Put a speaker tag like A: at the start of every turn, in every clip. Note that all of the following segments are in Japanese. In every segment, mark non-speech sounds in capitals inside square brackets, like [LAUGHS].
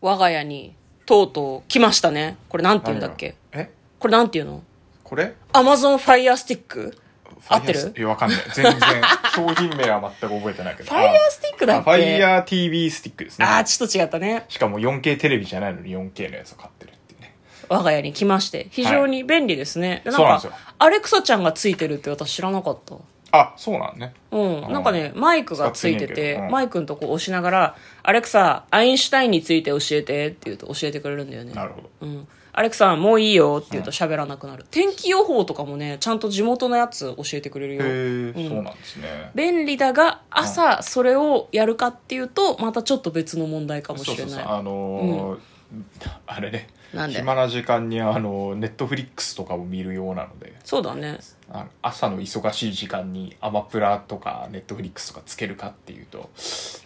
A: 我が家に、とうとう来ましたね。これなんて言うんだっけ
B: え
A: これなんて言うの
B: これ
A: アマゾンファイアスティック合ってるフ
B: いや、わかんない。全
A: [LAUGHS]
B: 然。商品名は全く覚えてないけど。
A: ァイアスティックだっ
B: あファイ
A: け
B: ヤー TV スティックですね。
A: ああ、ちょっと違ったね。
B: しかも 4K テレビじゃないのに 4K のやつを買ってるっていうね。
A: 我が家に来まして、非常に便利ですね。で
B: そうなんですよ
A: アレクサちゃんがついてるって私知らなかった。
B: あ、そうなんね。
A: うん
B: あ、ー
A: なんかねマイクがついて
B: 使ってねえ
A: て
B: けどうん
A: マイクのとこ押しながら「アレクサアインシュタインについて教えて」って言うと教えてくれるんだよね
B: なるほど。
A: うん、アレクサもういいよって言うと喋らなくなる、天気予報とかもねちゃんと地元のやつ教えてくれるよ、
B: へ
A: うん
B: え、そうなんですね。
A: 便利だが朝それをやるかっていうとまたちょっと別の問題かもし
B: そう
A: れ
B: そう
A: ない
B: そう。あのー、あれね。
A: なんで
B: 暇な時間にあの、ネットフリックスとかを見るようなので、
A: そうだね
B: あの朝の忙しい時間にアマプラとかネットフリックスとかつけるかっていうと、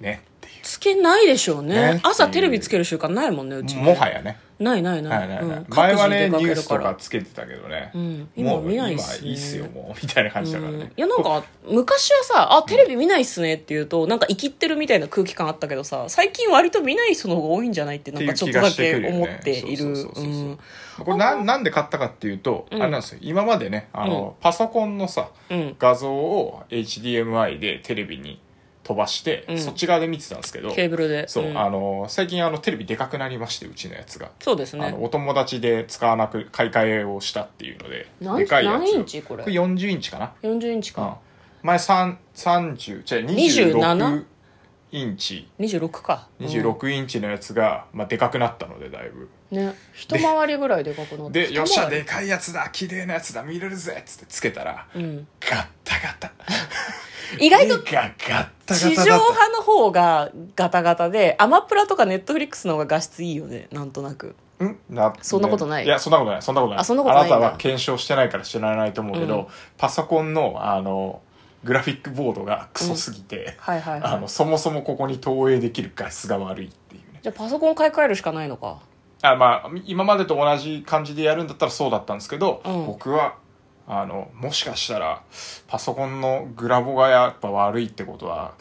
B: ねっていう。
A: つけないでしょうね
B: ね
A: 朝テレビつける習慣ないもんねうちね
B: もはやね。
A: ないない
B: は
A: ないい,、
B: はいはい
A: うん、
B: 前はね、
A: 各
B: ニ
A: 自出
B: ュ
A: か
B: ース
A: け
B: と
A: る
B: か
A: ら
B: つけてたけどね。
A: うん今見ないっすね
B: もう今いいっすよ、もう。みたいな感じだから
A: うん
B: ね
A: い。やなんか昔はさ「あテレビ見ないっすね」って言うとなんか生きってるみたいな空気感あったけどさ最近割と見ない人の方が多いんじゃないってなんかちょっとだけ思っている
B: そうそうそうそう
A: うん
B: これなんなんで買ったかっていうと、
A: ん
B: あれなんですよ今までねあの、パソコンのさ
A: うん
B: 画像を HDMI でテレビに飛ばして、
A: うん
B: そっち側で見てたんですけど
A: ケーブルで
B: そう、
A: ん
B: あの最近あのテレビでかくなりましてうちのやつが、
A: そうです
B: あ
A: ね
B: のお友達で使わなく買い替えをしたっていうので
A: 何
B: でかいやつ
A: 何インチこれ
B: これ40インチかな
A: 40インチ
B: うん
A: か、
B: 前三30じゃあ
A: 27
B: 26インチ
A: 26か
B: 26インチのやつが、まあ、でかくなったのでだいぶ
A: うんね一回りぐらいでかくなって
B: で、
A: 一回り
B: よっしゃ、でかいやつだ、綺麗なやつだ、見れるぜっつってつけたら、
A: うん
B: ガッタガタ。
A: 意外と
B: 絵がガッタガタだった。
A: 地上波の方がガタガタでアマプラとかネットフリックスの方が画質いいよねなんとなく
B: んな
A: そんなことない
B: いや、そんなことない、そんなことない。
A: あそんなことないんだ
B: あなたは検証してないから知らないと思うけど、
A: うん
B: パソコンの、あの、グラフィックボードがクソすぎて、
A: はいはい
B: あ
A: は
B: の、そもそもここに投影できる画質が悪いっていうね
A: い。じゃあパソコン買い替えるしかないのか
B: あまあ、今までと同じ感じでやるんだったらそうだったんですけど、
A: うん
B: 僕は、あの、もしかしたら、パソコンのグラボがやっぱ悪いってことは、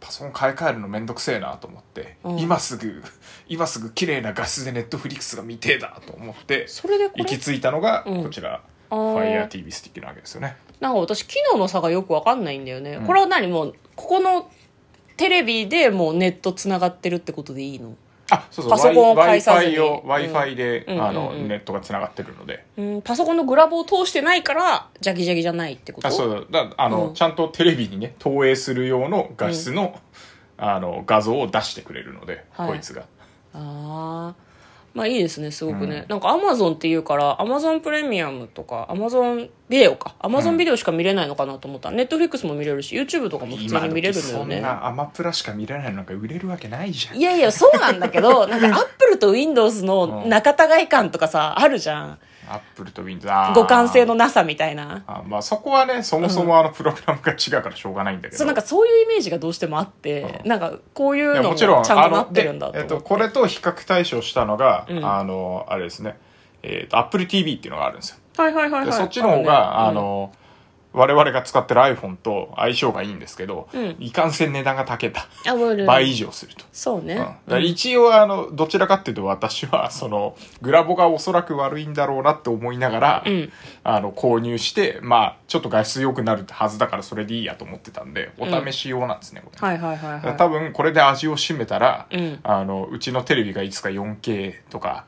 B: パソコン買い替えるのめんどくせえなと思って、
A: うん
B: 今すぐ、今すぐ綺麗な画質でネットフリックスが見てえだと思って、
A: それでこれ
B: 行き着いたのが、
A: うん
B: こちら、
A: あー
B: FireTV スティックなわけですよね。
A: なんか私機能の差がよくわかんないんだよね、
B: うん
A: これは何もうここのテレビでもうネットつながってるってことでいいの
B: あ、そうそう、
A: パソコンを介さずに
B: Wi-Fi を、
A: うん
B: Wi-Fi で、
A: うん
B: あの、
A: うんうん
B: ネットが繋がってるので、
A: うんパソコンのグラボを通してないからジャギジャギじゃないってこと
B: あそうだだあの、
A: うん
B: ちゃんとテレビにね投影する用の画質の,、あの画像を出してくれるので、
A: はい
B: こいつが
A: あーまあいいですねすごくね、
B: うん
A: なんかアマゾンっていうからアマゾンプレミアムとかアマゾンビデオかアマゾンビデオしか見れないのかなと思った、ネットフリックスも見れるし YouTube とかも普通に見れるんだよ
B: 今時そん
A: ね
B: なアマプラしか見れないのが売れるわけないじゃん
A: いやいやそうなんだけど [LAUGHS] なんかアップルと Windows の仲違い感とかさあるじゃん
B: アップルと Windows あー
A: 互換性のなさみたいな
B: あまあそこはねそもそもあのプログラムが違うからしょうがないんだけど
A: そうなんかそういうイメージがどうしてもあって、
B: うん
A: なんかこういう
B: いや
A: の
B: も
A: も
B: ち
A: ち
B: ろ
A: ゃん
B: ん
A: と
B: あ
A: な
B: の
A: ってるんだ
B: でえっ
A: と
B: と
A: 思
B: これと比較対象したのが、
A: うん
B: あのあれですねえっと AppleTV っていうのがあるんですよ
A: うはいはいはい
B: で
A: はい
B: そっちの方が、あ、の、我々が使ってる iPhone と相性がいいんですけど、
A: うん
B: いかんせん値段が高けた。
A: あねうんあ
B: 倍以上すると。
A: そう
B: うんだ
A: ね
B: か、
A: うん
B: ら一応、あの、どちらかっていうと私は、その、グラボがおそらく悪いんだろうなって思いながら、
A: うん
B: あの、購入して、まあ、ちょっと画質良くなるはずだからそれでいいやと思ってたんで、お試し用なんですね、これ。
A: はいはいはい
B: だから
A: は
B: 多分これで味を占めたら、
A: うん
B: あのうちのテレビがいつか 4K とか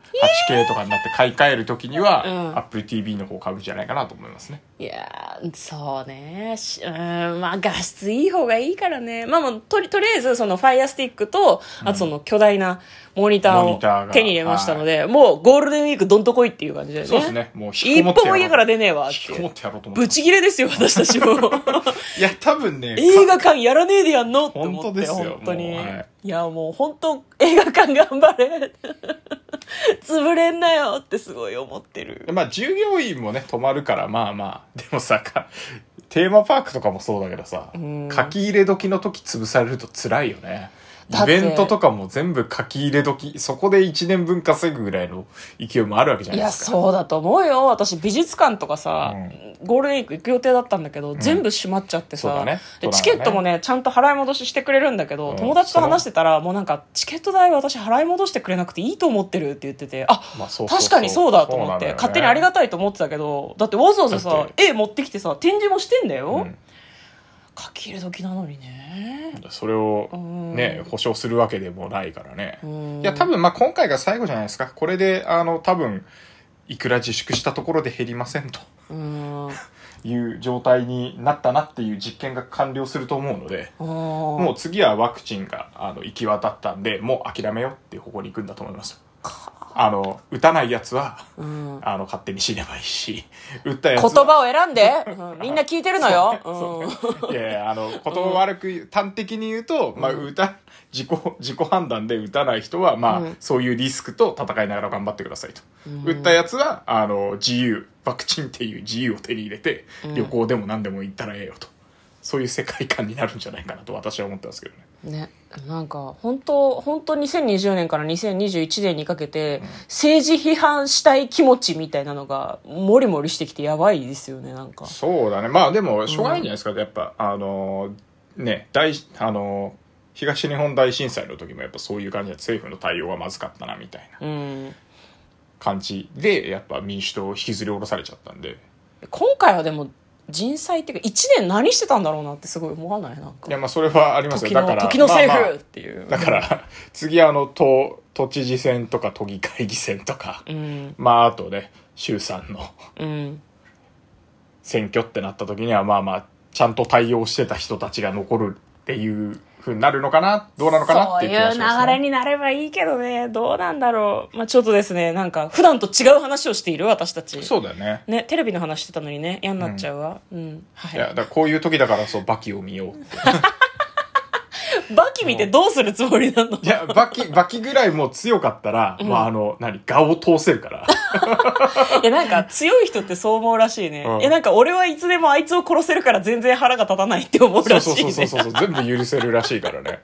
B: 8K とかになって買い替える時には、
A: うん
B: AppleTV の方を買うんじゃないかなと思いますね。
A: いいやーそうねしうーんまあ画質いい方がいいからねまあまあとりとりあえずそのファイアスティックと、あとその巨大なモニタ
B: モニター
A: ーを
B: が
A: 手に入れましたので、もうゴールデンウィークどんとこいっていう感じだよね
B: そうですね。もう引
A: 一
B: きこもって
A: 歩も家
B: や
A: か
B: ろ
A: ら
B: う。
A: 出ねえわっ
B: 引きこも
A: て
B: ってやろうと思っ
A: ブ
B: て。
A: チギレですよ私たち
B: [LAUGHS]
A: も
B: いや、多分ね、
A: 映画館やらねえでやんのって思って
B: 本当ですよ
A: 本当に、
B: もうはいい、
A: やもう本当映画館頑張れ [LAUGHS] 潰れんなよってすごい思ってる
B: まあ、従業員もね、泊まるから、まあまあ。でもさ、かテーマパークとかもそうだけどさ、
A: ん
B: 書き入れ時の時潰されると辛いよね。
A: だ
B: イ
A: って
B: ベントとかも全部書き入れ時そこで1年分稼ぐぐらいの勢いもあるわけじゃ
A: い
B: ないで
A: や
B: すか
A: そうだと思うよ私美術館とかさ、
B: う
A: ゴールデンウィーク行く予定だったんだけど、全部閉まっちゃって
B: そう
A: さ、
B: だね
A: で
B: そうだね
A: チケットもねちゃんと払い戻ししてくれるんだけど、
B: うん
A: 友達と話してたらもうなんかチケット代私払い戻してくれなくていいと思ってるって言っててあ
B: まあそうそうそう
A: 確かにそうだと思
B: そ
A: っ
B: うなの
A: て、
B: よね
A: 勝手にありがたいと思ってたけどだってわざわざ
B: だっ
A: さ
B: て
A: 絵持ってきてさ展示もしてんだよ、
B: うん
A: 書き入れ時なのにね
B: それをね
A: う
B: 保証するわけでもないからね
A: うん
B: いや多分まあ今回が最後じゃないですかこれであの多分いくら自粛したところで減りませんと
A: うん
B: いう状態になったなっていう実験が完了すると思うのでも
A: も
B: う次はワクチンがあの行き渡ったんでもう諦めようっていう方向に行くんだと思いますあの打たないやつは
A: う、うん、
B: あの勝手に死ねばいいし打ったやつ
A: 言
B: は
A: 葉を選んで、
B: [LAUGHS]
A: うんみんな聞いてるのよ。
B: そう
A: う
B: ね
A: ん
B: そうね [LAUGHS] いやいやあの言葉悪く言う端的に言うと、まあ、
A: うん
B: 歌自己自己判断で打たない人は、まあ
A: うん
B: そういうリスクと戦いながら頑張ってくださいと、
A: うん
B: 打ったやつはあの自由ワクチンっていう自由を手に入れて、
A: うん
B: 旅行でも何でも行ったらええよとそういう世界観になるんじゃないかなと私は思ってますけどね
A: [LAUGHS] ね、なんか本当本当2020年から2021年にかけて政治批判したい気持ちみたいなのがもりもりしてきてやばいですよねなんか。
B: そうだねまあでもしょうがないんじゃないですか、やっぱあのね大あの東日本大震災の時もやっぱそういう感じで政府の対応がまずかったなみたいな
A: うん。
B: 感じでやっぱ民主党を引きずり下ろされちゃったんで
A: 今回はでも人災っていうか一年何してたんだろうなってすごい思わないなん
B: い
A: か。
B: やまあそれはありますよ
A: 時
B: だか
A: の
B: ら
A: 時の政
B: まあ
A: 府
B: ま
A: っていう。
B: あだから次あの都都知事選とか都議会議選とか、
A: うん
B: まああとね衆参の
A: うん
B: 選挙ってなった時にはまあまあちゃんと対応してた人たちが残るっていうふうになるのかなどうなのかなっていう気がします、ね、
A: そういう流れになればいいけどねどうなんだろう、まあ、ちょっとですねなんか普段と違う話をしている私たち
B: そうだよね
A: ね、テレビの話してたのにね嫌になっちゃうわ、うんはい
B: いやだからこういう時だからそうバキを見ようって
A: バキ見てどうするつもりなの
B: いやバキバキぐらいもう強かったら、まああの何顔を通せるから
A: いやなんか強い人ってそう思うらしいね、
B: うん
A: いやなんか俺はいつでもあいつを殺せるから全然腹が立たないって思う
B: そう
A: ら
B: そう
A: しい
B: そう
A: ね
B: そうそう全部許せるらしいからね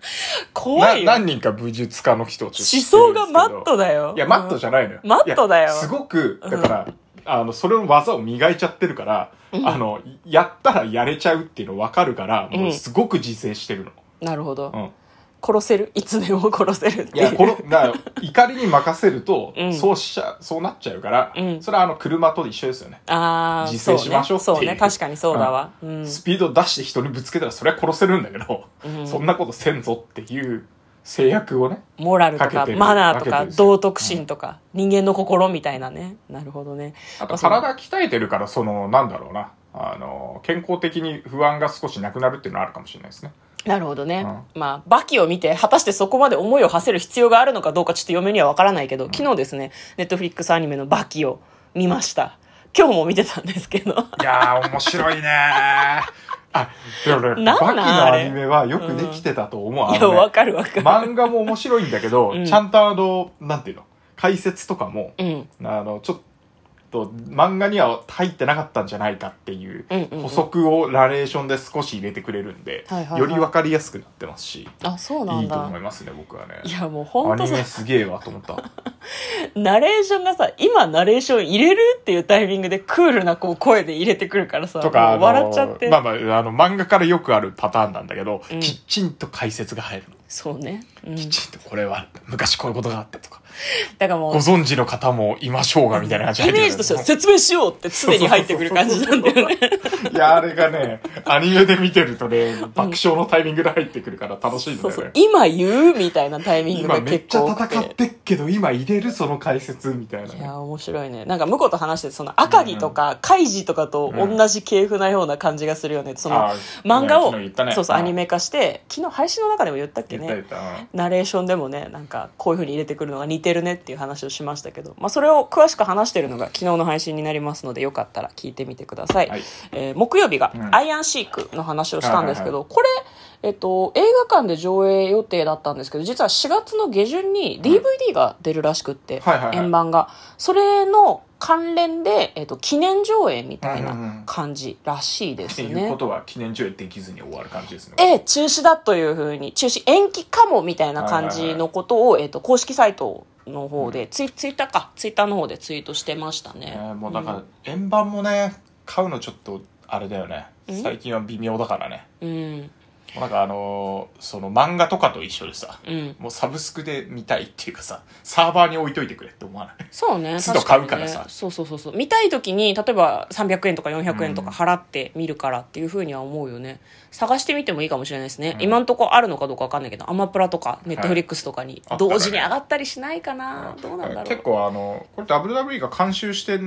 A: 怖いよ
B: な
A: 思
B: 何人か武術家の人をちょっと知ってる
A: 想
B: んで
A: が
B: すけど
A: マットだよ
B: いやマットじゃないのよ、
A: うんマットだよ
B: いやすごくだから、あのそれの技を磨いちゃってるから、あのやったらやれちゃうっていうの分かるからもうすごく自制してるの、
A: なるほど、
B: うん
A: 殺せるいつでも殺せるって
B: い
A: いう
B: やこのだから怒りに任せると、
A: うん
B: そうしちゃそうなっちゃうから、
A: うん
B: それはあの車と一緒ですよね
A: ああ
B: 自制しましょうっていう
A: そうね確かにそうだわ、うん
B: スピード出して人にぶつけたらそれは殺せるんだけど、
A: うん
B: そんなことせんぞっていう制約をね
A: モラルと
B: か
A: か
B: けてる
A: マナーと
B: かけて
A: か
B: るんですよ
A: 道徳心とか、人間の心みたいなねなるほどね
B: あ
A: ま
B: と
A: その
B: 体鍛えてるから、その、なんだろうな。あの、健康的に不安が少しなくなるっていうのはあるかもしれないですね。
A: なるほどね、まあバキを見て果たしてそこまで思いを馳せる必要があるのかどうかちょっと嫁には分からないけど、昨日ですねネットフリックスアニメの「バキ」を見ました今日も見てたんですけど
B: いやー、面白いねー。 [LAUGHS] あ、でもね、
A: な
B: バ
A: んな
B: キ
A: ん
B: の
A: あ
B: ア
A: れ
B: ニメはよくできてたと思う。
A: い
B: あ
A: や
B: のね
A: 分かる分かる、
B: 漫画も面白いんだけど、
A: うん
B: ちゃんとあの、なんていうの、解説とかも、
A: うん
B: あの、ちょっと、漫画には入ってなかったんじゃないかっていう
A: うんうんうん
B: 補足をナレーションで少し入れてくれるんで、
A: はいはいはい
B: より分かりやすくなってますし、
A: あそうないん
B: いと思
A: だ
B: いますね、僕はね。
A: いやもう
B: ア
A: 本当
B: ニ
A: さ
B: メすげえわと思った。
A: ナレーションがさ今ナレーション入れるっていうタイミングでクールなこう声で入れてくるからさ
B: とか、
A: も
B: あ
A: う
B: の
A: 笑っちゃって、
B: まあまあ、あの、漫画からよくあるパターンなんだけど、
A: うん
B: きちんと解説が入るの。
A: そうね、うん、
B: きちんとこれは、昔こういうことがあってとか、
A: だからもう
B: ご存知の方もいましょうがみたいな感じで
A: イメージとしては説明しようって常に入ってくる感じなんだよね。
B: いや、あれがね、アニメで見てるとね、爆笑のタイミングで入ってくるから楽しいんだ
A: そう
B: よ
A: そう
B: ね。
A: 今言うみたいなタイミング
B: 今
A: が
B: めっ
A: 結
B: ちゃ
A: 構多く
B: 戦ってっけど、今入れるその解説みたいない
A: やー
B: ね。
A: 面白いねなんか向こうと話しててその赤城とかカイジとかと同じ系譜なような感じがするよねその
B: あー
A: 漫画を
B: 昨日言ったね
A: そうそう
B: う
A: ア
B: ん
A: ニメ化して昨日配信の中でも言ったっけ
B: 言った言
A: ね
B: った。うん
A: ナレーションでもねなんかこういう風に入れてくるのが似てるねっていう話をしましたけど、まあ、それを詳しく話してるのが昨日の配信になりますのでよかったら聞いてみてください、
B: はい
A: えー木曜日が
B: うん
A: アイアンシークの話をしたんですけど、
B: は
A: これ、えっと、映画館で上映予定だったんですけど実は4月の下旬に DVD が出るらしくって、
B: はいはいはい
A: 円盤がそれの関連で、えっと、記念上映みたい
B: うんうんう
A: なん感じらしいで
B: っ
A: す
B: て
A: ね。
B: [LAUGHS] いうことは記念上映できずに終わる感じですね。
A: ええ、中止だというふうに、中止延期かもみたいな感じのことを、えっと、公式サイトの方で、ツイツイッターか、ツイッターの方でツイートしてましたね。
B: ねもうだから、円盤もね、買うのちょっとあれだよね。
A: ん
B: 最近は微妙だからね。
A: うん、
B: もうなんかあのーその漫画とかと一緒でさ、
A: うん。
B: もうサブスクで見たいっていうかさ、サーバーに置いといてくれって思わない。
A: そうね。
B: 都度買うから
A: 確
B: さ
A: にねそうそうそうそう。見たい時に、例えば300円とか400円とか
B: うん
A: 払って見るからっていうふうには思うよね。探してみてもいいかもしれないですね。
B: うん
A: 今んとこあるのかどうかわかんないけど、アマプラとか、ネットフリックスとかに
B: あったらね
A: 同時に上がったりしないかな、どうなんだろう。
B: 結構あの、これ WWE が監修してる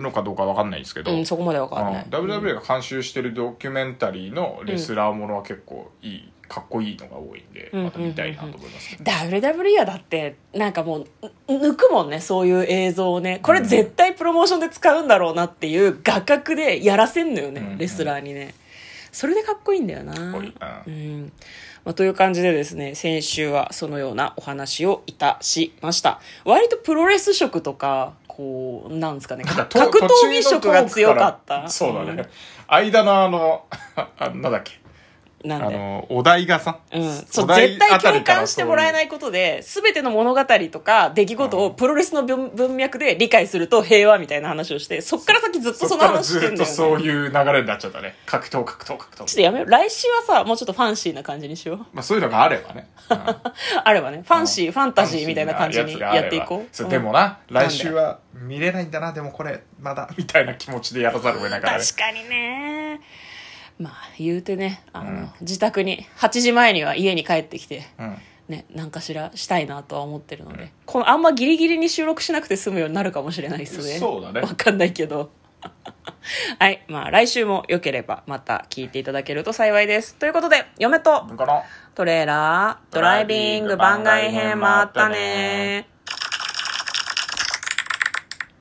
B: のかどうかわかんないんですけど、
A: うん、そこまでわかんない。
B: うん WWE が監修してるドキュメンタリーのレスラーものは結構いい、かっこいいのが多いんで、
A: うん
B: また見たいなと思いますけど、
A: WWE はだってなんかもうぬ抜くもんねそういう映像をねこれ絶対プロモーションで使うんだろうなっていう画角でやらせんのよね、
B: うんうん
A: レスラーにねそれでかっこいいんだよな
B: かっこいいう
A: う
B: ん
A: んまあ、という感じでですね先週はそのようなお話をいたしました割とプロレス色とかこうなんですかね
B: な
A: か
B: んかと
A: 格闘
B: 途中
A: 技
B: のトーク
A: 色
B: ら
A: が強かった
B: そうだね、、間のあのあなんだっけ
A: うんな
B: あ
A: んで
B: のお題がさ、
A: うん、そう
B: お題
A: 絶対
B: あたり
A: 共
B: から
A: 感してもらえないことで全ての物語とか出来事をプロレスの文文脈で理解すると平和みたいな話をしてそっから先ずっと
B: そういう
A: そ
B: そっ
A: の
B: から
A: 話し
B: ず
A: て
B: っ
A: んだ
B: と
A: よ、ね、ち
B: そ
A: ょ
B: ういう流れになっちゃったね格闘格闘格
A: っ
B: 闘
A: とやめよう来週はさもうちょっとファンシーな感じにしよう [LAUGHS]
B: まあ、そういうのがあればね、うん
A: あればねファンシーファンタジーみたいな感じ
B: ファンシ
A: に
B: ーなやつがあれ
A: や
B: ば
A: っていこう
B: そう
A: うん
B: でもな来週は見れないんだなでもこれまだみたいな気持ちでやらざるを得ないからね
A: 確かにねまあ言うてねあの、
B: うん
A: 自宅に8時前には家に帰ってきて
B: うん
A: ね、何かしらしたいなとは思ってるので、このあんまギリギリに収録しなくて済むようになるかもしれないですね
B: そうだ
A: [LAUGHS]
B: ね
A: わかんないけどはいまあ来週も良ければまた聞いていただけると幸いですということで嫁と
B: なんかな
A: トレーラードライビング番外編もあったね